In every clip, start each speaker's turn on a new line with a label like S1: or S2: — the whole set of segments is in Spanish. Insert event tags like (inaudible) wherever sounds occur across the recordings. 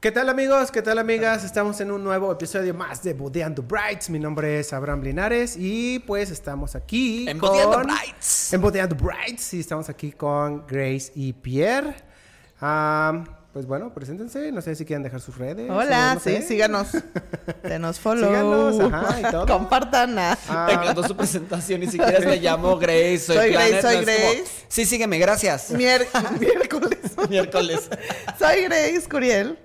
S1: ¿Qué tal amigos? ¿Qué tal amigas? Estamos en un nuevo episodio más de Bodeando Brights. Mi nombre es Abraham Linares y pues estamos aquí
S2: En Bodeando Brights.
S1: En Bodeando Brights y estamos aquí con Grace y Pierre. Am, pues bueno, preséntense. No sé si quieren dejar sus redes. o
S3: Hola,
S1: no
S3: sí,
S1: sé. (laughs)
S3: síganos. Denos follow.
S1: ¿eh? Síganos, ajá, y
S3: (laughs)
S1: todo.
S3: Compartan. ah.
S1: Ah.
S2: Me encantó su presentación, ni siquiera me llamo Grace, soy,
S3: Soy Grace,
S2: Planet,
S3: soy
S2: no es como,
S3: Grace.
S2: sí, sígueme,
S1: (laughs)
S2: gracias.
S3: Mier- miércoles.
S2: (laughs) Miércoles.
S3: Soy Grace Curiel.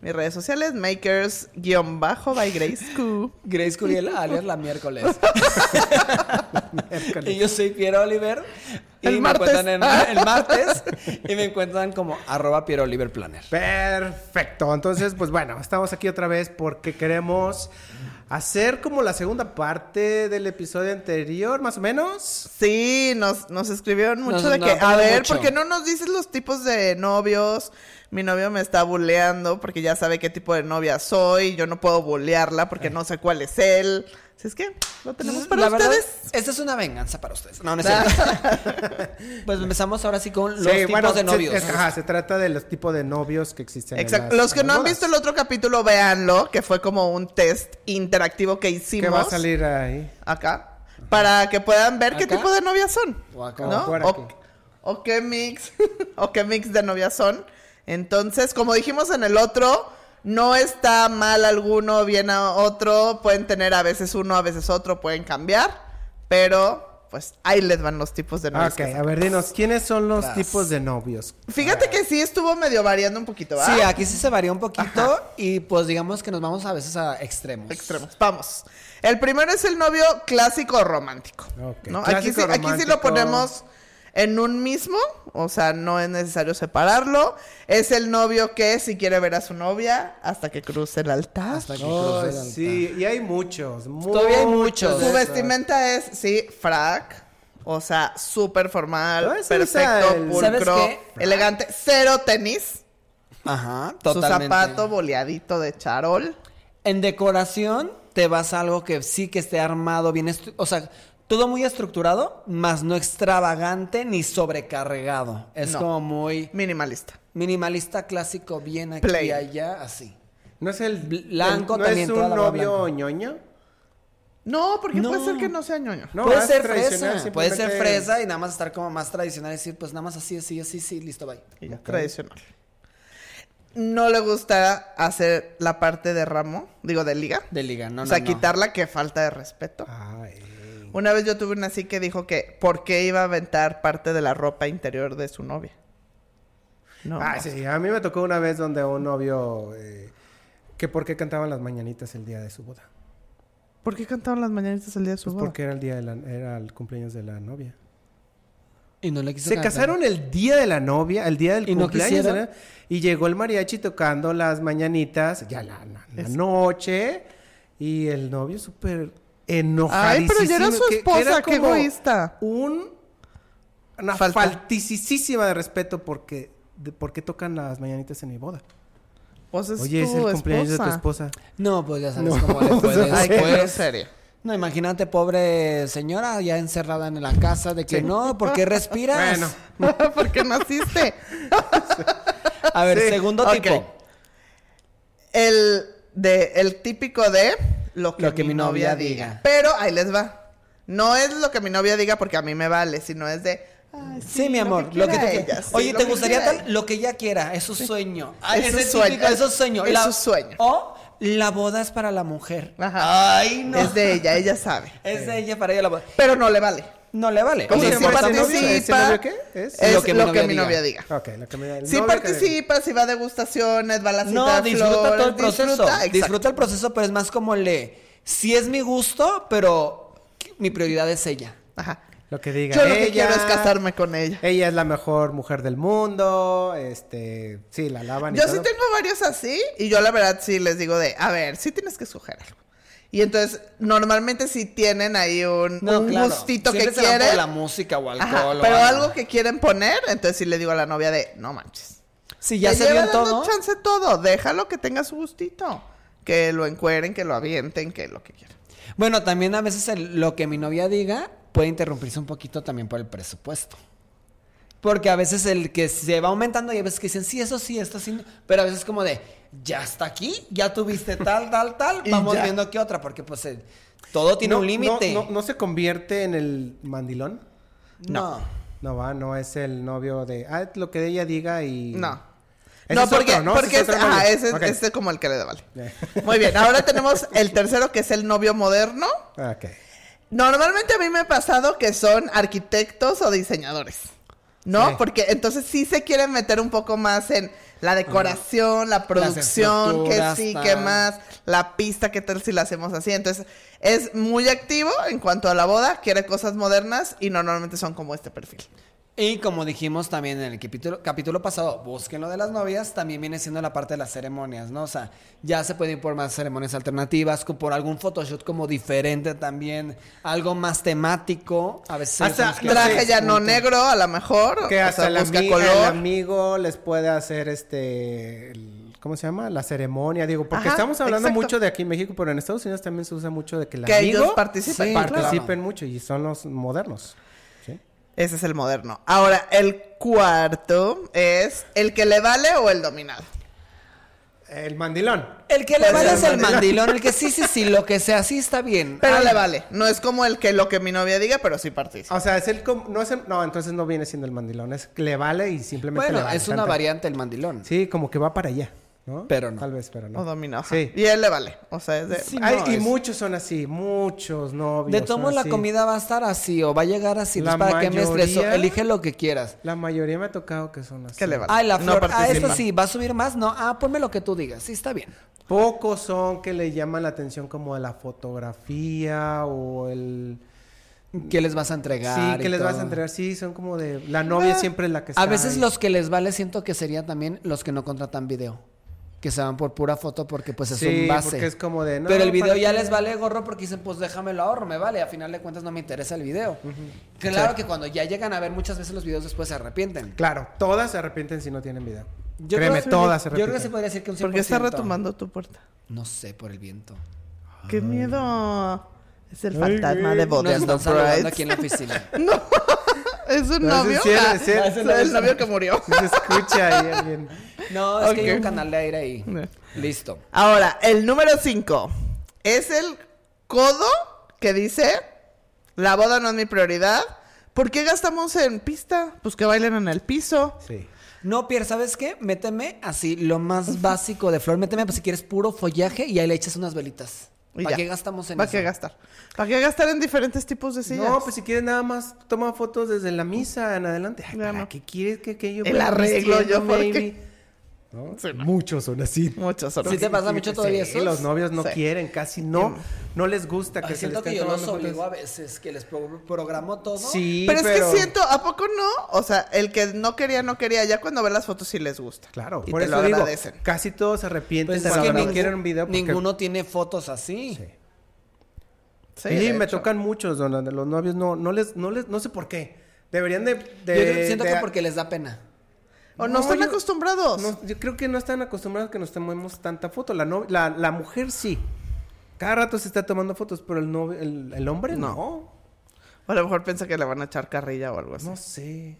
S3: Mis redes sociales, makers-by Grace Q.
S2: Grace Curiel, alias la miércoles.
S1: Miércoles.
S2: Y yo soy Piero Oliver. Y
S3: El
S2: me
S3: martes. Ah.
S2: encuentran en- el martes. Y me encuentran como arroba Piero Oliver Planner.
S1: Perfecto. Entonces, pues bueno, estamos aquí otra vez porque queremos hacer como la segunda parte del episodio anterior, más o menos.
S3: Sí, nos, nos escribieron mucho
S2: Nos-
S3: de
S2: nos
S3: que, a
S2: mandaron
S3: ver,
S2: mucho.
S3: ¿por qué no nos dices los tipos de novios? Mi novio me está buleando porque ya sabe qué tipo de novia soy. Yo no puedo bulearla porque no sé cuál es él. Así es que lo tenemos para
S2: Mm, La verdad,
S3: ustedes. Ah.
S2: esta es una venganza para ustedes. No, no es
S3: (laughs)
S2: cierto. pues empezamos ahora sí con los
S1: Sí,
S2: tipos
S1: bueno,
S2: de
S1: se-
S2: novios.
S1: es- ajá, se trata de los tipos de novios que existen. en
S3: Exacto.
S1: las-
S3: Los que
S1: en
S3: no
S1: las
S3: han
S1: bodas.
S3: visto el otro capítulo, véanlo, que fue como un test interactivo que hicimos
S1: ¿Qué va a salir ahí?
S3: acá para que puedan ver qué
S2: ¿Acá?
S3: tipo de novias son,
S2: O acá,
S3: ¿no?
S1: o por aquí.
S3: O, o qué mix (laughs) o qué mix de novias son. Entonces, como dijimos en el otro, no está mal alguno, bien a otro, pueden tener a veces uno, a veces otro, pueden cambiar, pero pues ahí les van los tipos de novias.
S1: Ok,
S3: que son.
S1: a ver, dinos, ¿quiénes son los
S2: Tras.
S1: tipos de novios?
S3: Fíjate que sí estuvo medio variando un poquito, ¿va?
S2: Sí, aquí sí se varía un poquito. Y pues digamos que nos vamos a veces a extremos.
S3: extremos. Vamos. El primero es el novio clásico romántico.
S1: Ok.
S3: ¿no?
S1: Clásico
S3: aquí, sí, aquí sí
S1: romántico.
S3: lo ponemos en un mismo, o sea, no es necesario separarlo. Es el novio que si quiere ver a su novia hasta que cruce el altar.
S2: Hasta que
S1: Oh,
S2: cruce el altar.
S1: sí, y hay muchos. mu-
S2: Todavía hay muchos.
S3: Su
S1: de esos.
S3: vestimenta es, sí, frac. O sea, súper formal,
S1: Ah, ese usa
S3: perfecto,
S1: el-
S2: ¿Sabes
S3: pulcro,
S2: qué?
S3: elegante, cero tenis,
S2: Ajá, totalmente.
S3: su zapato boleadito de charol.
S2: En decoración te vas a algo que sí que esté armado, bien, estru- o sea, todo muy estructurado, más no extravagante ni sobrecargado. Es
S3: No.
S2: como muy
S3: Minimalista.
S2: minimalista clásico, bien aquí
S3: Plain.
S2: y allá, así.
S1: ¿No es el
S2: Blanco
S1: el- ¿no
S2: también,
S1: es
S2: toda
S1: un
S2: la barba
S1: novio
S2: blanca.
S1: ñoño?
S3: No, porque
S2: No.
S3: puede ser que no sea ñoño.
S1: No,
S2: puede
S1: es
S2: ser
S1: tradicional,
S2: fresa, puede ser
S1: simplemente-
S2: fresa y nada más estar como más tradicional y decir, pues nada más así, así, así, sí, listo, bye.
S3: Y ya,
S1: Ok.
S3: tradicional. No le gusta hacer la parte de ramo, digo de liga.
S2: De liga, no,
S3: o
S2: no,
S3: sea,
S2: no.
S3: quitarla que falta de respeto.
S1: Ah. Ay.
S3: Una vez yo tuve una así que dijo que por qué iba a aventar parte de la ropa interior de su novia. No.
S1: Ah, sí, a mí me tocó una vez donde un novio eh, que por qué cantaban las mañanitas el día de su boda.
S3: ¿Por qué cantaban las mañanitas el día de su
S1: Pues
S3: boda?
S1: porque era el día de la, era el cumpleaños de la novia.
S2: Y no le quiso
S1: Se
S2: cantar.
S1: casaron el día de la novia, el día del
S2: ¿Y no
S1: cumpleaños.
S2: quisieron?
S1: ¿verdad? y llegó el mariachi tocando las mañanitas, ya la, la- la noche. Y el novio súper
S3: Ay,
S1: enojadísimo.
S3: pero ya era su
S1: que- que era
S3: esposa, qué
S1: como
S3: egoísta.
S1: Un, una
S3: Falta.
S1: faltisísima de respeto porque, de, por qué tocan las mañanitas en mi boda.
S3: Pues es
S1: Oye, es el
S3: tu
S1: cumpleaños de tu
S3: esposa.
S1: esposa.
S2: No, pues ya sabes
S1: No,
S2: cómo le (laughs) fue
S1: o sea,
S3: Ay, qué
S2: después.
S3: grosería. (laughs)
S2: No, imagínate, pobre señora, ya encerrada en la casa, de que
S1: Sí.
S2: no,
S1: (laughs)
S2: ¿por qué respiras?
S1: Bueno.
S3: ¿Por qué naciste?
S2: A ver,
S3: Sí,
S2: segundo
S3: ok.
S2: tipo.
S3: El, de, el típico de lo que,
S2: Lo que
S3: mi, novia, diga.
S2: diga.
S3: Pero ahí les va. No es lo que mi novia diga porque a mí me vale, sino es de. "Ay,
S2: Sí, mi amor, lo que, tú
S3: quiera
S2: quieras.
S3: ella, sí,
S2: Oye,
S3: lo
S2: ¿te
S3: que
S2: gustaría
S3: quiera
S2: tal?
S3: ella".
S2: Lo que ella quiera, es su sueño. Ay,
S3: Es
S2: ese
S3: su sueño.
S2: típico, es su sueño.
S3: Es
S2: La-
S3: su sueño.
S2: O la boda es para la mujer.
S3: Ajá.
S2: Ay, no.
S3: Es de ella, ella sabe.
S2: Es de ella, para ella la boda.
S3: Pero no le vale.
S2: No le vale.
S3: O
S1: ¿Cómo
S2: Oye,
S3: sea,
S1: se
S3: sí
S2: si
S1: llama ese novio? ¿Ese
S3: participa.
S1: novio qué?
S3: Es,
S1: Es-
S3: lo que, mi, novia diga.
S1: Ok, lo que me
S2: Ah,
S1: da el
S3: Sí
S1: novio que-
S3: participa, si va de gustaciones, va a la cita
S2: No,
S3: de
S2: disfruta todo el
S3: flores,
S2: proceso.
S3: Disfruta,
S2: Disfruta,
S3: exacto.
S2: el proceso, pero es más como le... Si es mi gusto, pero mi prioridad es ella.
S3: Ajá.
S1: Lo que diga.
S3: Yo lo que
S1: ella.
S3: quiero es casarme con ella.
S1: Ella es la mejor mujer del mundo. Este, sí, la lavan y
S3: Yo sí
S1: todo.
S3: tengo varios así y yo la verdad sí les digo de, a ver, sí tienes que escoger algo. Y entonces, normalmente sí tienen ahí un, un
S2: claro.
S3: gustito que
S2: Siempre se van por
S3: quieren.
S2: la música o alcohol.
S3: Ajá,
S2: o
S3: pero algo que quieren poner, entonces sí le digo a la novia de, no manches.
S2: Si ya
S3: Te
S2: se vio
S3: lleva
S2: en
S3: dando
S2: todo.
S3: chance todo, déjalo que tenga su gustito. Que lo encueren, que lo avienten, que lo que quieran.
S2: Bueno, también a veces el- lo que mi novia diga puede interrumpirse un poquito también por el presupuesto. Porque a veces el que se va aumentando y a veces que dicen, sí, eso sí, esto sí. no". Pero a veces como de, ya está aquí, ya tuviste tal, tal, tal,
S3: (laughs) Y
S2: vamos
S3: ya.
S2: viendo qué otra, porque pues eh, todo tiene
S1: No,
S2: un límite.
S1: No, no, no se convierte en el mandilón?
S2: No.
S1: No va, no es el novio de. Ah, lo que ella diga y.
S3: No.
S1: Ese
S3: no,
S1: es
S3: porque,
S1: otro, ¿no?
S3: porque
S1: Ese
S3: es,
S1: es otro
S3: ajá,
S1: novio.
S3: ese,
S1: Ok.
S3: ese es este como el que le da vale.
S1: Eh,
S3: Muy bien, ahora tenemos el tercero que es el novio moderno.
S1: ok.
S3: (laughs) Normalmente a mí me ha pasado que son arquitectos o diseñadores, ¿no?
S1: Sí.
S3: Porque entonces sí se quieren meter un poco más en la decoración, la producción, que
S2: estructuras,
S3: sí,
S2: tal.
S3: que más, la pista, qué tal si la hacemos así. Entonces es muy activo en cuanto a la boda, quiere cosas modernas y normalmente son como este perfil.
S2: Y como dijimos también en el capítulo, capítulo pasado, busquen lo de las novias, también viene siendo la parte de las ceremonias, ¿no? O sea, ya se puede ir por más ceremonias alternativas, co- por algún photoshoot como diferente también, algo más temático, a veces...
S1: Hasta
S2: ellos son los que
S1: traje
S3: Traje
S2: hacen
S3: ya no
S2: punto.
S3: negro, a lo mejor.
S1: Que
S3: o
S1: hasta eh,
S3: sea,
S1: el,
S3: busca
S1: ami- el
S3: color.
S1: amigo les puede hacer este. el- ¿Cómo se llama? La ceremonia, digo. Porque
S3: Ajá,
S1: estamos hablando
S3: exacto.
S1: mucho de aquí en México, pero en Estados Unidos también se usa mucho de que el
S3: Que
S1: amigo
S3: ellos participen,
S1: sí,
S3: claro.
S1: participen mucho y son los modernos. ¿sí?
S3: Ese es el moderno. Ahora, el cuarto es el que le vale o el dominado.
S1: El mandilón.
S2: El que le
S3: Pues
S2: vale
S3: el
S2: es el
S3: mandilón.
S2: mandilón, el que sí, sí, sí, lo que sea, sí está bien.
S3: Pero
S2: Ah,
S3: le vale. No es como el que lo que mi novia diga, pero sí participa.
S1: O sea, es el. com- No, es el- no, entonces no viene siendo el mandilón. Es que le vale y simplemente. le
S2: Bueno,
S1: vale,
S2: es una
S1: tanto.
S2: variante el mandilón.
S1: Sí, como que va para allá, ¿no?
S2: Pero no.
S1: Tal vez, pero no.
S3: O dominado. ajá.
S1: Sí.
S3: Y él le vale. O sea, es de.
S2: Sí.
S1: Ay,
S2: no,
S1: y
S2: es-
S1: muchos son así, muchos novios.
S2: De
S1: son
S2: tomo la
S1: así.
S2: comida va a estar así o va a llegar así.
S1: La
S2: entonces, ¿Para qué me estreso?
S1: mayoría-
S2: Elige lo que quieras.
S1: La mayoría me ha tocado que son así.
S3: ¿Qué le vale?
S2: Ay, la
S3: No
S2: flor. ah,
S3: participa.
S2: esto sí, ¿va a subir más? No. Ah, ponme lo que tú digas. Sí, está bien.
S1: Pocos son que le llaman la atención como la fotografía o el...
S2: ¿Qué les vas a
S1: Sí,
S2: entregar?
S1: que
S2: y
S1: les vas a
S2: todo? Ah,
S1: entregar. Sí, son como de... La novia siempre es la que está
S2: A veces
S1: ahí.
S2: los que les vale siento que serían también los que no contratan video. Que se van por pura foto porque pues es
S1: Sí,
S2: un base.
S1: porque es como de, no,
S2: Pero el video
S1: ¿para
S2: ya
S1: qué?
S2: les vale gorro porque dicen, pues déjamelo ahorro, me vale. A final de cuentas no me interesa el video. Claro que cuando ya llegan a ver muchas veces los videos después se arrepienten.
S1: Claro, todas se arrepienten si no tienen video.
S2: Yo
S1: Créeme,
S2: creo,
S1: todas se
S2: Yo creo
S1: arrepienten.
S2: que se podría decir que un 100%.
S3: Porque está retomando tu puerta.
S2: No sé, por el viento.
S3: ¡Qué miedo! Es el
S1: Ay,
S3: fantasma
S1: güey.
S3: de
S2: Nos
S3: Boden
S2: están saludando aquí en la oficina.
S3: No. Es un
S1: No, es
S3: novio.
S1: en serio,
S3: Ah,
S1: en serio.
S3: Es el novio que murió.
S1: Sí (laughs) se escucha ahí alguien.
S2: No, es que
S3: Ok.
S2: hay un canal de aire ahí. Listo.
S3: Ahora, el número 5 es el codo que dice, la boda no es mi prioridad. ¿Por qué gastamos en pista? Pues que bailen en el piso.
S1: Sí.
S2: No, Pierre, ¿sabes qué? Méteme así, lo más básico de flor. Méteme, pues si quieres, puro follaje y ahí le echas unas velitas.
S3: Y
S2: ¿Para
S3: ya.
S2: qué gastamos en
S3: ¿Para
S2: eso?
S3: qué gastar? ¿Para qué gastar en diferentes tipos de sillas?
S1: No, pues si quieres nada más toma fotos desde la misa en adelante. Ay,
S3: Ya
S1: ¿para
S3: no.
S1: qué quieres que, que yo
S3: El
S1: me
S3: arreglo, yo,
S1: vistiendo,
S3: ¿por
S1: baby?
S3: qué?
S1: ¿No?
S3: Sí, no.
S1: Muchos son así.
S3: Muchos son
S2: Sí
S3: así.
S2: te pasa mucho todavía
S1: Sí,
S2: eso.
S1: los novios no
S3: Sí.
S1: quieren, casi no, no les gusta que
S2: Ay,
S1: se les
S2: siento
S1: estén
S2: que yo los
S1: tomando
S2: obligo
S1: fotos.
S2: a veces, que les pro- programo todo.
S1: Sí,
S3: pero, es que siento, ¿a poco no? O sea, el que no quería, no quería. Ya cuando ve las fotos sí les gusta.
S1: Claro,
S3: y
S1: por
S3: te
S1: eso
S3: lo
S1: digo,
S3: agradecen.
S1: casi todos se arrepienten
S2: Pues
S1: de
S2: es
S1: la
S2: que
S1: verdad,
S2: ningún-
S1: quieren un video porque-
S2: Ninguno tiene fotos así.
S1: Sí.
S3: Sí,
S1: Sí,
S3: de
S1: me
S3: hecho.
S1: tocan muchos donde los novios no no les no les no sé por qué. Deberían de, de-
S2: Yo creo- siento
S1: de-
S2: que porque les da pena.
S3: O no,
S1: No,
S3: están
S1: yo-
S3: acostumbrados.
S1: No, yo creo que no están acostumbrados que nos tomemos tanta foto. La, no- la, la mujer sí. Cada rato se está tomando fotos, pero el, novio- el, el hombre no. no.
S3: O a lo mejor piensa que le van a echar carrilla o algo así.
S1: sé.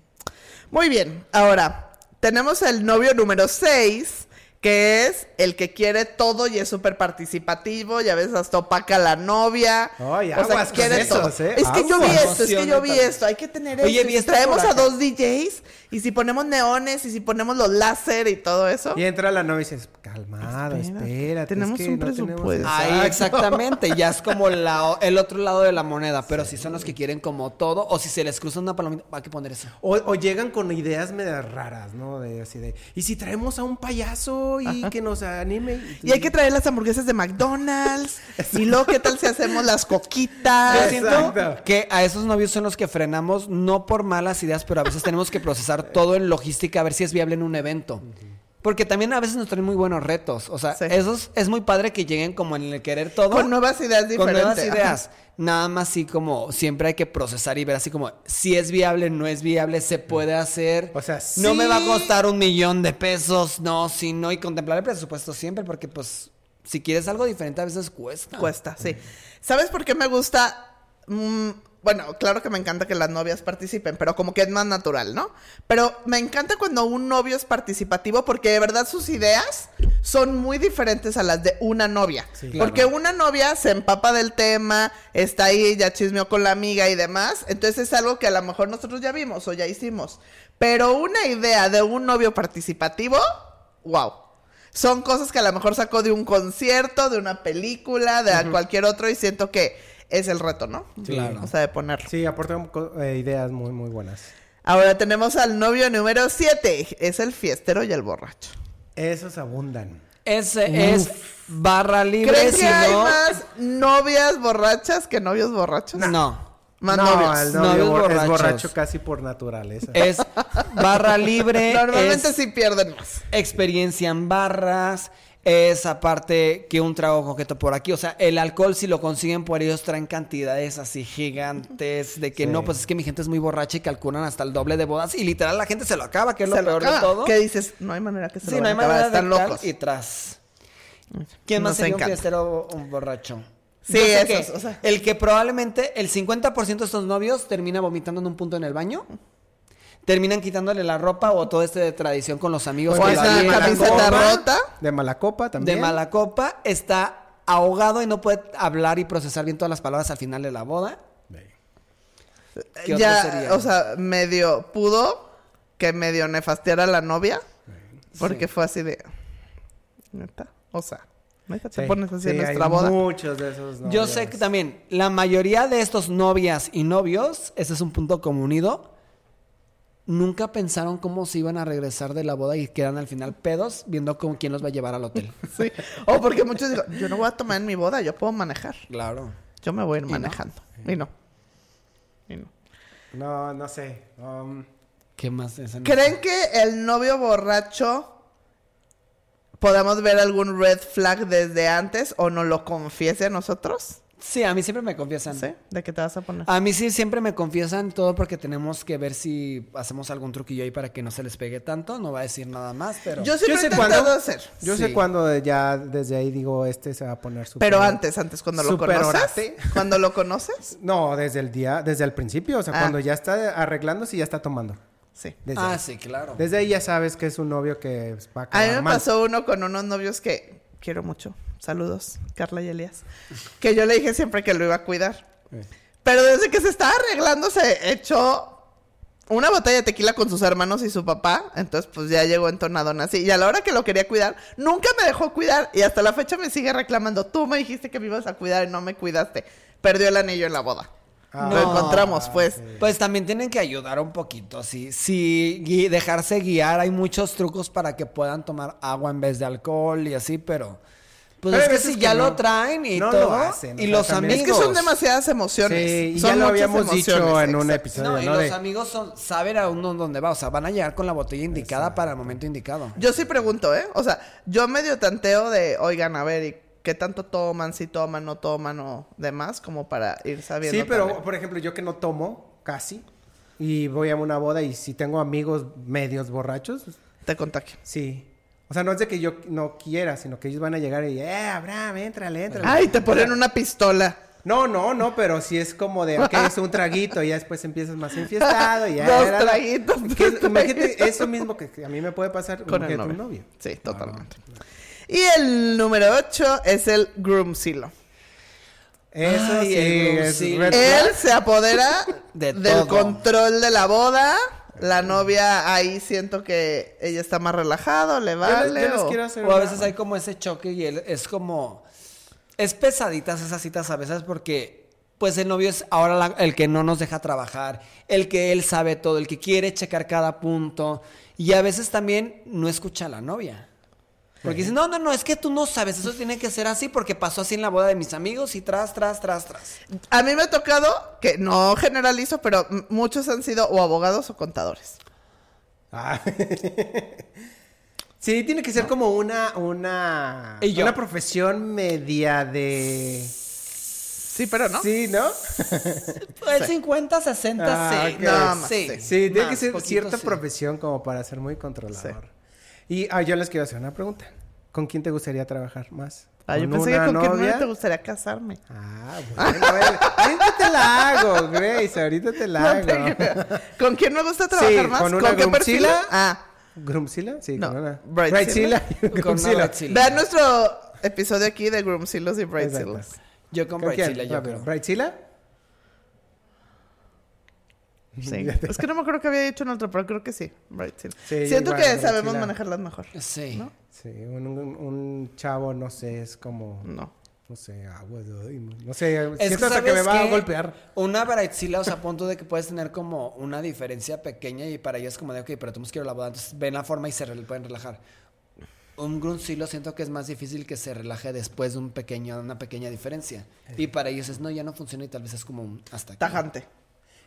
S3: Muy bien, ahora tenemos el novio número 6, que es el que quiere todo y es súper participativo y a veces hasta opaca a la novia.
S1: Ay,
S3: o sea,
S1: aguas
S3: que
S1: con
S3: quiere
S1: esos,
S3: todo.
S1: ¿eh?
S3: Es que yo vi
S2: Aguas.
S3: esto, es que yo vi
S2: Emocionante.
S3: esto, hay que tener
S2: Oye,
S3: esto.
S2: vi
S3: y si
S2: esto
S3: traemos
S2: por
S3: a
S2: acá.
S3: dos DJs y si ponemos neones y si ponemos los láser y todo eso.
S1: Y entra la novia y dices, calmado,
S3: Espérate,
S1: espérate.
S3: tenemos un presupuesto.
S2: Ahí, exactamente. Ya es como la, el otro lado de la moneda. Pero si son los que quieren como todo, o si se les cruza una palomita, hay que poner eso.
S1: O, o llegan con ideas medias raras, ¿no? De así de, ¿y si traemos a un payaso y que nos anime?
S3: Y hay que traer las hamburguesas de McDonald's. y luego, ¿qué tal si hacemos las coquitas?
S2: Yo siento
S1: Exacto.
S2: que a esos novios son los que frenamos, no por malas ideas, pero a veces tenemos que procesar todo en logística, a ver si es viable en un evento. Porque también a veces nos traen muy buenos retos. O sea,
S3: Sí.
S2: esos es muy padre que lleguen como en el querer todo.
S3: Con nuevas ideas
S2: con
S3: diferentes.
S2: nuevas
S3: Ajá.
S2: ideas. Nada más así como siempre hay que procesar y ver así como si es viable, no es viable, se puede hacer.
S1: O sea,
S2: no
S1: sí.
S2: me va a costar un millón de pesos, no, si no, y contemplar el presupuesto siempre, porque pues si quieres algo diferente a veces cuesta.
S3: Cuesta, sí. ¿Sabes por qué me gusta mm, bueno, claro que me encanta que las novias participen, pero como que es más natural, ¿no? Pero me encanta cuando un novio es participativo porque de verdad sus ideas son muy diferentes a las de una novia.
S1: Sí,
S2: claro.
S3: Porque una novia se empapa del tema, está ahí, ya chismeó con la amiga y demás. Entonces es algo que a lo mejor nosotros ya vimos o ya hicimos. Pero una idea de un novio participativo, wow. Son cosas que a lo mejor sacó de un concierto, de una película, de cualquier otro y siento que es el reto, ¿no?
S2: Sí. Claro.
S3: O sea, de ponerlo.
S1: Sí, aportan co- eh, ideas muy, muy buenas.
S3: Ahora tenemos al novio número 7. Es el fiestero y el borracho.
S1: Esos abundan.
S2: Ese es barra libre,
S3: ¿Creen
S2: si
S3: que hay
S2: no...
S3: más novias borrachas que novios borrachos?
S2: No.
S3: Más
S1: no,
S3: novios.
S1: el
S2: Novios
S1: novio bor- es
S2: borrachos.
S1: borracho casi por naturaleza.
S2: Es barra libre.
S3: (laughs) Normalmente
S2: es
S3: sí pierden más.
S2: experiencia en barras. Es aparte que un trago coqueto por aquí. O sea, el alcohol, si lo consiguen por ellos, traen cantidades así gigantes. De que
S1: Sí.
S2: no, pues es que mi gente es muy borracha y calculan hasta el doble de bodas. Y literal, la gente se lo acaba, que es lo
S3: Se
S2: peor de
S3: acaba.
S2: todo.
S3: ¿Qué dices? No hay manera que se
S2: Sí,
S3: lo
S2: no hay
S3: van a acabar,
S2: manera de
S3: Están
S2: tal
S3: locos.
S2: y tras. ¿Quién más
S3: Nos
S2: sería un
S3: encanta.
S2: fiestero o un borracho?
S3: Sí,
S2: Yo sé
S3: esos,
S2: que
S3: o sea.
S2: El que probablemente el 50% de estos novios termina vomitando en un punto en el baño. Terminan quitándole la ropa o todo este de tradición con los amigos.
S3: O
S2: que lo
S3: esa
S2: avientan.
S3: Pues camiseta
S2: Copa,
S3: rota.
S1: De mala copa también.
S2: De mala copa. Está ahogado y no puede hablar y procesar bien todas las palabras al final de la boda. ¿Qué otro
S3: ya,
S2: sería?
S3: o sea, medio pudo que medio nefasteara a la novia. Porque fue así de. Neta. O sea, neta te
S1: Sí,
S3: pones así en
S1: sí,
S3: nuestra
S1: hay
S3: boda.
S1: Muchos de esos.
S2: Yo
S1: novios.
S2: sé que también la mayoría de estos novias y novios, ese es un punto común unido, nunca pensaron cómo se iban a regresar de la boda y quedan al final pedos viendo con quién los va a llevar al hotel.
S3: (laughs) Sí. O porque muchos digo, yo no voy a tomar en mi boda, yo puedo manejar.
S2: (laughs) Claro.
S3: Yo me voy a ir
S2: no?
S3: manejando. Y no. Y no.
S1: No, no sé. um,
S2: ¿Qué más es? en-
S3: ¿Creen que el novio borracho podamos ver algún red flag desde antes o nos lo confiese a nosotros?
S2: Sí, a mí siempre me confiesan.
S3: ¿Sí? ¿De qué te vas a poner?
S2: A mí sí siempre me confiesan todo porque tenemos que ver si hacemos algún truquillo ahí para que no se les pegue tanto. No va a decir nada más, pero...
S3: yo siempre
S1: sé
S3: he intentado
S1: cuándo-
S3: hacer.
S1: yo
S2: Sí.
S1: sé cuando ya desde ahí digo, este se va a poner súper.
S3: Pero antes, antes, cuando lo
S1: Súper
S3: conoces.
S1: orate.
S3: (laughs) Cuando lo conoces.
S1: No, desde el día, desde el principio. O sea,
S3: Ah.
S1: cuando ya está arreglándose y ya está tomando. (laughs)
S3: Sí.
S1: Desde
S2: Ah,
S1: ahí.
S2: sí, claro.
S1: Desde ahí ya sabes que es un novio que va a
S3: A mí
S1: acabar
S3: me
S1: mal.
S3: pasó uno con unos novios que quiero mucho. Saludos, Carla y Elías. Que yo le dije siempre que lo iba a cuidar.
S1: Eh.
S3: Pero desde que se estaba arreglando se echó una botella de tequila con sus hermanos y su papá. Entonces, pues ya llegó entonadón así. Y a la hora que lo quería cuidar, nunca me dejó cuidar. Y hasta la fecha me sigue reclamando. Tú me dijiste que me ibas a cuidar y no me cuidaste. Perdió el anillo en la boda.
S1: Ah,
S3: lo encontramos, pues.
S2: Pues también tienen que ayudar un poquito, sí. Sí, gui- dejarse guiar. Hay muchos trucos para que puedan tomar agua en vez de alcohol y así, pero. Pues
S1: Pero
S2: es
S1: hay
S2: que
S1: veces
S2: si
S1: que
S2: ya
S1: no.
S2: lo traen y
S1: No
S2: todo.
S1: lo hacen, o
S2: y
S1: sea,
S2: los
S1: también-
S2: amigos.
S3: Es que son demasiadas emociones.
S1: Sí, y
S3: son
S1: ya lo
S3: muchas
S1: habíamos dicho
S3: emociones,
S1: en un
S3: exacto.
S1: episodio,
S2: No, y
S1: ¿no?
S2: los
S1: De-
S2: amigos son, saben a uno dónde va. O sea, van a llegar con la botella indicada para el momento indicado.
S3: Yo sí pregunto, ¿eh? O sea, yo medio tanteo de, oigan, a ver, ¿y qué tanto toman? Si toman, no toman o demás, como para ir sabiendo.
S1: Sí, pero
S3: también.
S1: por ejemplo, yo que no tomo casi y voy a una boda y si tengo amigos medios borrachos,
S3: Te contagio.
S1: sí. O sea, no es de que yo no quiera, sino que ellos van a llegar y, eh, Abraham, éntrale, éntrale.
S3: Ay, te ponen una pistola.
S1: No, no, no, pero si es como de, ok, es un traguito y ya después empiezas más enfiestado y ya.
S3: Dos
S1: era-
S3: traguitos,
S1: Que-
S3: tres
S1: Imagínate
S3: traguitos.
S1: eso mismo que que a mí me puede pasar
S3: Con el
S1: imagínate
S3: novio.
S1: un novio. Ah,
S3: Sí, totalmente. Y el número 8 es el groomsilo.
S1: Eso
S2: Ay,
S1: sí, es
S2: el Brucil.
S1: red flag.
S3: Él
S1: (laughs)
S3: se apodera
S2: De
S3: del
S2: todo.
S3: control de la boda. La novia ahí siento que ella está más relajada, o le
S1: Yo les-
S3: vale.
S1: yo les
S3: o-
S1: quiero hacer
S2: O a
S1: una-
S2: veces hay como ese choque y él es como. Es pesaditas esas citas a veces porque. Pues el novio es ahora la- el que no nos deja trabajar, el que él sabe todo, el que quiere checar cada punto. Y a veces también no escucha a la novia. Porque dice, no, no, no, es que tú no sabes, eso tiene que ser así porque pasó así en la boda de mis amigos y tras, tras, tras, tras.
S3: A mí me ha tocado, que no generalizo, pero m- muchos han sido o abogados o contadores.
S1: (laughs) Ah. Sí, tiene que ser como una, una,
S2: Y yo.
S1: una profesión media de...
S3: Sí, pero no.
S1: Sí, ¿no?
S2: Pues 50, 60,
S1: Ah,
S2: sí.
S1: ok.
S3: Nada más,
S2: sí.
S3: sí.
S1: Sí, tiene
S2: Más,
S1: que ser
S2: poquito,
S1: cierta
S2: sí.
S1: profesión como para ser muy controlador. Y ah, yo les quiero hacer una pregunta. ¿Con quién te gustaría trabajar más?
S3: Ah, yo
S1: ¿Con
S3: pensé que
S1: una
S3: con quien
S1: novia?
S3: no te gustaría casarme.
S1: Ah, bueno. bueno. Ahorita te la hago, Grace. Ahorita te la
S3: No te
S1: hago.
S3: creo. ¿Con quién me gusta trabajar
S1: Sí,
S3: más?
S1: con una
S3: qué perfil?
S1: groomzilla.
S3: Ah.
S1: ¿Grumzilla? Sí,
S3: No,
S1: con una.
S3: Bridezilla.
S1: Bridezilla.
S2: Con
S1: Groomzilla.
S2: una Bridezilla.
S3: Vean nuestro episodio aquí de Groomzillos y Bridezillas.
S1: Exacto.
S2: Yo con
S1: ¿Con quién?
S2: Bridezilla, yo
S1: Ah,
S2: creo.
S1: ¿Bridezilla? (laughs)
S3: Sí. es que no me acuerdo que había dicho en otro, pero creo que sí. Bridezilla.
S1: Sí,
S3: Siento
S1: igual,
S3: que
S1: Bridezilla.
S3: sabemos manejarlas mejor.
S2: Sí.
S3: ¿No?
S1: Sí, un, un- un chavo, no sé, es como.
S3: No.
S1: No sé, agua de hoy, No sé,
S2: Es
S1: siento hasta que me
S2: ¿sabes
S1: va a
S2: qué?
S1: golpear.
S2: Una Bridezilla, o sea, a punto de que puedes tener como una diferencia pequeña y para ellos es como de, ok, pero tú quiero la boda, entonces ven la forma y se rel- pueden relajar. Un gruncilo siento que es más difícil que se relaje después de un pequeño, una pequeña diferencia. Y para ellos es, no, ya no funciona y tal vez es como un hasta aquí.
S3: Tajante.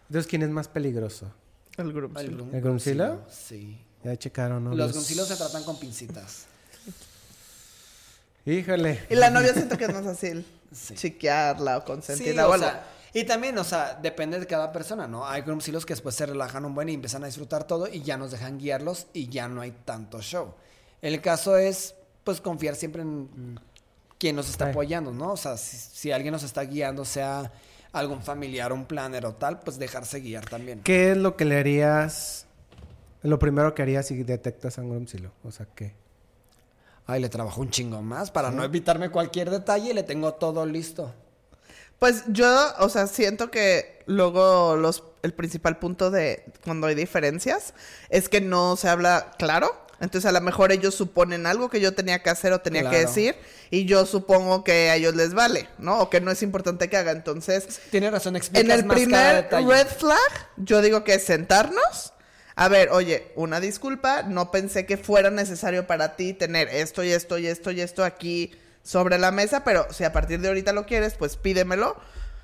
S1: Entonces, ¿quién es más peligroso?
S3: El
S2: El
S3: Groomzilla.
S2: grun-
S1: ¿El gruncilo?
S2: gruncilo, Sí.
S1: Ya checaron, ¿no? pues
S2: Los gruncilos se tratan con pincitas.
S1: Híjole.
S3: Y la novia siento que es más fácil
S2: Sí.
S3: chiquearla o
S2: Sí,
S3: consentirla o,
S2: o
S3: algo.
S2: sea, y también, o sea, depende de cada persona, ¿no? Hay grumpsilos que después se relajan un buen y empiezan a disfrutar todo y ya nos dejan guiarlos y ya no hay tanto show. El caso es, pues, confiar siempre en quien nos está
S1: Ay.
S2: apoyando, ¿no? O sea, si, si alguien nos está guiando, sea algún familiar, un planner o tal, pues dejarse guiar también.
S1: ¿Qué es lo que le harías? Lo primero que harías si detectas a un grumcilo. O sea, ¿qué?
S2: Ay, le trabajo un chingo más para no evitarme cualquier detalle y le tengo todo listo.
S3: Pues yo, o sea, siento que luego los, el principal punto de cuando hay diferencias es que no se habla claro. Entonces a lo mejor ellos suponen algo que yo tenía que hacer o tenía que
S2: Claro.
S3: decir y yo supongo que a ellos les vale, ¿no? O que no es importante que haga. Entonces,
S2: Tiene razón, explicas
S3: en el
S2: más cada
S3: primer
S2: detalle.
S3: red flag, yo digo que es sentarnos. A ver, oye, una disculpa, no pensé que fuera necesario para ti tener esto y esto y esto y esto aquí sobre la mesa, pero si a partir de ahorita lo quieres, pues pídemelo.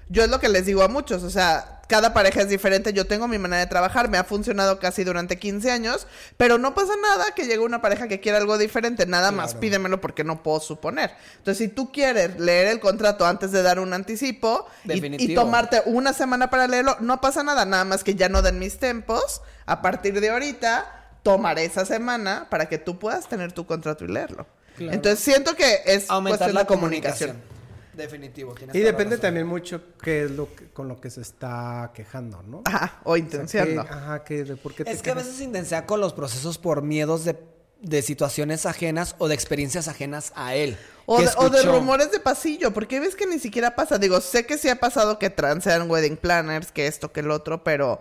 S3: Yo es lo que les digo a muchos, o sea, cada pareja es diferente, yo tengo mi manera de trabajar, me ha funcionado casi durante 15 años, pero no pasa nada que llegue una pareja que quiera algo diferente, nada más pídemelo porque no puedo suponer. Entonces, si tú quieres leer el contrato antes de dar un anticipo y- y
S2: Definitivo.
S3: tomar darte una semana para leerlo, no pasa nada, nada más que ya no den mis tempos. A partir de ahorita, tomaré esa semana para que tú puedas tener tu contrato y leerlo.
S2: Claro.
S3: Entonces siento que es
S2: Aumentar
S3: cuestión
S2: la
S3: de
S2: comunicación. Definitivo. tienes
S1: Y
S2: toda la
S1: depende
S2: razón.
S1: también mucho qué es lo que- con lo que se está quejando, ¿no?
S3: Ajá, o
S1: O sea, ¿qué-
S3: intenciando.
S1: Ajá, ¿qué, de ¿por qué te
S2: Es que a
S1: quejas?
S2: veces intensa con los procesos por miedos de, de situaciones ajenas o de experiencias ajenas a él.
S3: O
S2: que
S3: de, o de
S2: escuchó.
S3: rumores de pasillo, porque ves que ni siquiera pasa. Digo, sé que sí ha pasado que transean wedding planners, que esto, que el otro, pero,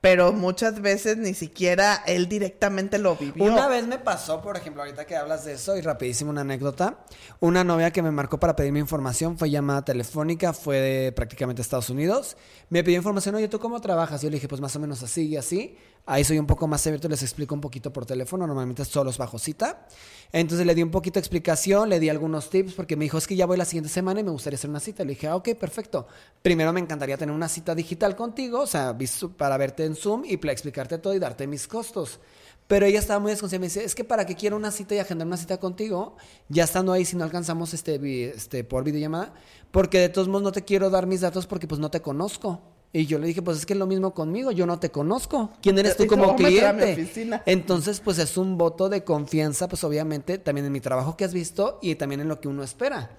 S3: pero muchas veces ni siquiera él directamente lo vivió.
S2: Una vez me pasó, por ejemplo, ahorita que hablas de eso, y rapidísimo una anécdota. Una novia que me marcó para pedirme información fue llamada telefónica, fue de prácticamente Estados Unidos. Me pidió información, oye, ¿tú cómo trabajas? Yo le dije, pues más o menos así y así. Ahí soy un poco más abierto, les explico un poquito por teléfono, normalmente solo es bajo cita. Entonces le di un poquito de explicación, le di algunos tips, porque me dijo, es que ya voy la siguiente semana y me gustaría hacer una cita. Le dije, ah, ok, perfecto. Primero me encantaría tener una cita digital contigo, o sea, visu- para verte en Zoom y pla- explicarte todo y darte mis costos. Pero ella estaba muy desconfiada. Me dice, es que para qué quiero una cita y agendar una cita contigo, ya estando ahí, si no alcanzamos este, vi- este por videollamada, porque de todos modos no te quiero dar mis datos porque pues no te conozco. Y yo le dije, pues es que es lo mismo conmigo, yo no te conozco. ¿Quién eres tú
S3: Y te voy
S2: como
S3: a meter a mi
S2: cliente?
S3: oficina.
S2: Entonces, pues es un voto de confianza, pues obviamente, también en mi trabajo que has visto y también en lo que uno espera.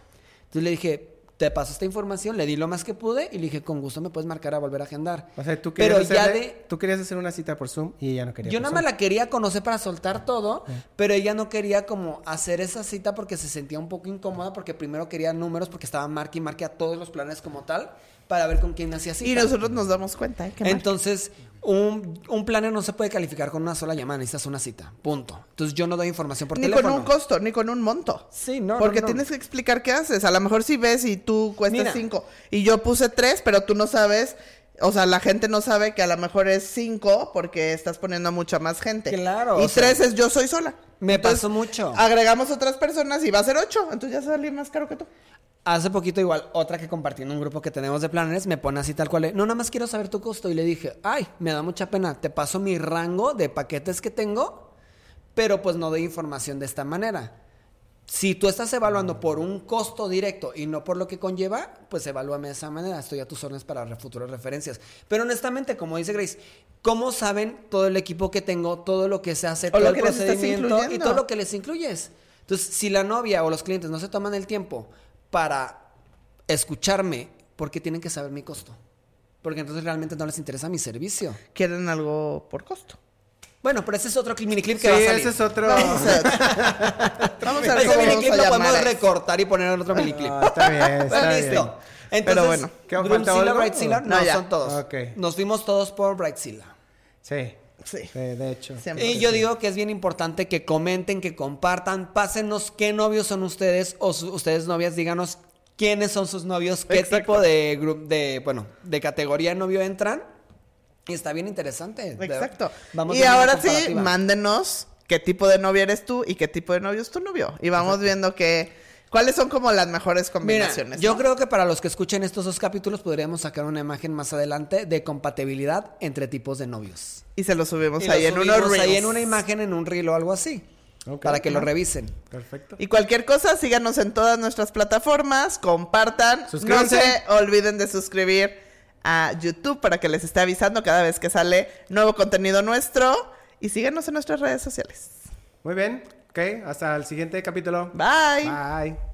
S2: Entonces le dije, te paso esta información, le di lo más que pude y le dije, con gusto me puedes marcar a volver a agendar.
S1: O sea, tú querías,
S2: Pero ya
S1: hacerle-
S2: de...
S1: tú querías hacer una cita por Zoom y ella no quería.
S2: Yo
S1: por
S2: nada más
S1: Zoom.
S2: la quería conocer para soltar
S1: Ah.
S2: todo, pero ella no quería como hacer esa cita porque se sentía un poco incómoda porque primero quería números porque estaba marque y marque a todos los planes como tal para ver con quién hacía cita.
S3: Y nosotros nos damos cuenta. ¿eh? Qué mal.
S2: Entonces, un, un planner no se puede calificar con una sola llamada, necesitas una cita, punto. Entonces yo no doy información por
S3: ni
S2: teléfono.
S3: con un costo, ni con un monto.
S2: Sí, no, no,
S3: Porque
S2: no.
S3: tienes que explicar qué haces. A lo mejor si ves y tú cuestas
S2: Mira.
S3: 5 y yo puse 3, pero tú no sabes, o sea, la gente no sabe que a lo mejor es 5 porque estás poniendo a mucha más gente.
S2: Claro,
S3: Y
S2: o sea,
S3: 3 es yo soy sola.
S2: me pasó mucho.
S3: Agregamos otras personas y va a ser 8, entonces ya se va a salir más caro que tú.
S2: Hace poquito igual, otra que compartí en un grupo que tenemos de planners, me pone así tal cual, no, nada más quiero saber tu costo. Y le dije, ay, me da mucha pena, te paso mi rango de paquetes que tengo, pero pues no doy información de esta manera. Si tú estás evaluando por un costo directo y no por lo que conlleva, pues evalúame de esa manera. Estoy a tus órdenes para re- futuras referencias. Pero honestamente, como dice Grace, ¿cómo saben todo el equipo que tengo, todo lo que se hace,
S3: O lo
S2: todo el
S3: que les estás
S2: procedimiento y
S3: incluyendo.
S2: todo lo que les incluyes? Entonces, si la novia o los clientes no se toman el tiempo para escucharme, ¿por qué tienen que saber mi costo? Porque entonces realmente no les interesa mi servicio.
S3: Quieren algo por costo.
S2: Bueno, pero ese es otro cli- miniclip
S1: Sí,
S2: que va a salir.
S1: ese es otro.
S3: Vamos
S2: (laughs)
S3: a, vamos a ver
S2: Ese
S3: cómo vamos
S2: miniclip
S3: a
S2: lo
S3: llamar. a
S2: podemos
S3: esto.
S2: recortar y poner en otro miniclip.
S1: (laughs) No, está bien, está
S2: Bueno,
S1: bien.
S2: listo. Entonces,
S3: Pero bueno.
S1: ¿Qué,
S2: Groom
S1: falta
S2: Zilla,
S1: algo?
S2: Bright Zilla,
S3: No,
S2: no,
S3: ya.
S2: son todos.
S1: Ok.
S2: Nos fuimos todos por Brightzilla.
S1: Sí.
S3: Sí.
S1: Sí, de hecho.
S3: Siempre.
S2: Y yo digo que es bien importante que comenten, que compartan, pásenos qué novios son ustedes o su- ustedes novias, díganos quiénes son sus novios, qué
S3: Exacto.
S2: tipo de grupo de bueno, de categoría de novio entran. Y está bien interesante. de-
S3: Exacto.
S2: vamos
S3: y
S2: viendo una
S3: ahora sí,
S2: comparativa.
S3: mándenos qué tipo de novia eres tú y qué tipo de novio es tu novio. Y vamos viendo que, cuáles son como las mejores
S2: Mira,
S3: combinaciones.
S2: yo
S3: ¿no?
S2: creo que para los que escuchen estos dos capítulos podríamos sacar una imagen más adelante de compatibilidad entre tipos de novios.
S3: Y se lo subimos
S2: Y
S3: ahí
S2: lo
S3: en
S2: subimos
S3: unos reels.
S2: ahí en una imagen, en un reel o algo así.
S1: Ok.
S2: Para que lo
S1: Ajá.
S2: revisen.
S1: Perfecto.
S3: Y cualquier cosa, síganos en todas nuestras plataformas, compartan. No
S1: Suscríbanse.
S3: se olviden de suscribir a YouTube para que les esté avisando cada vez que sale nuevo contenido nuestro. Y síganos en nuestras redes sociales.
S1: Muy bien. Ok, hasta el siguiente capítulo.
S3: Bye.
S1: Bye.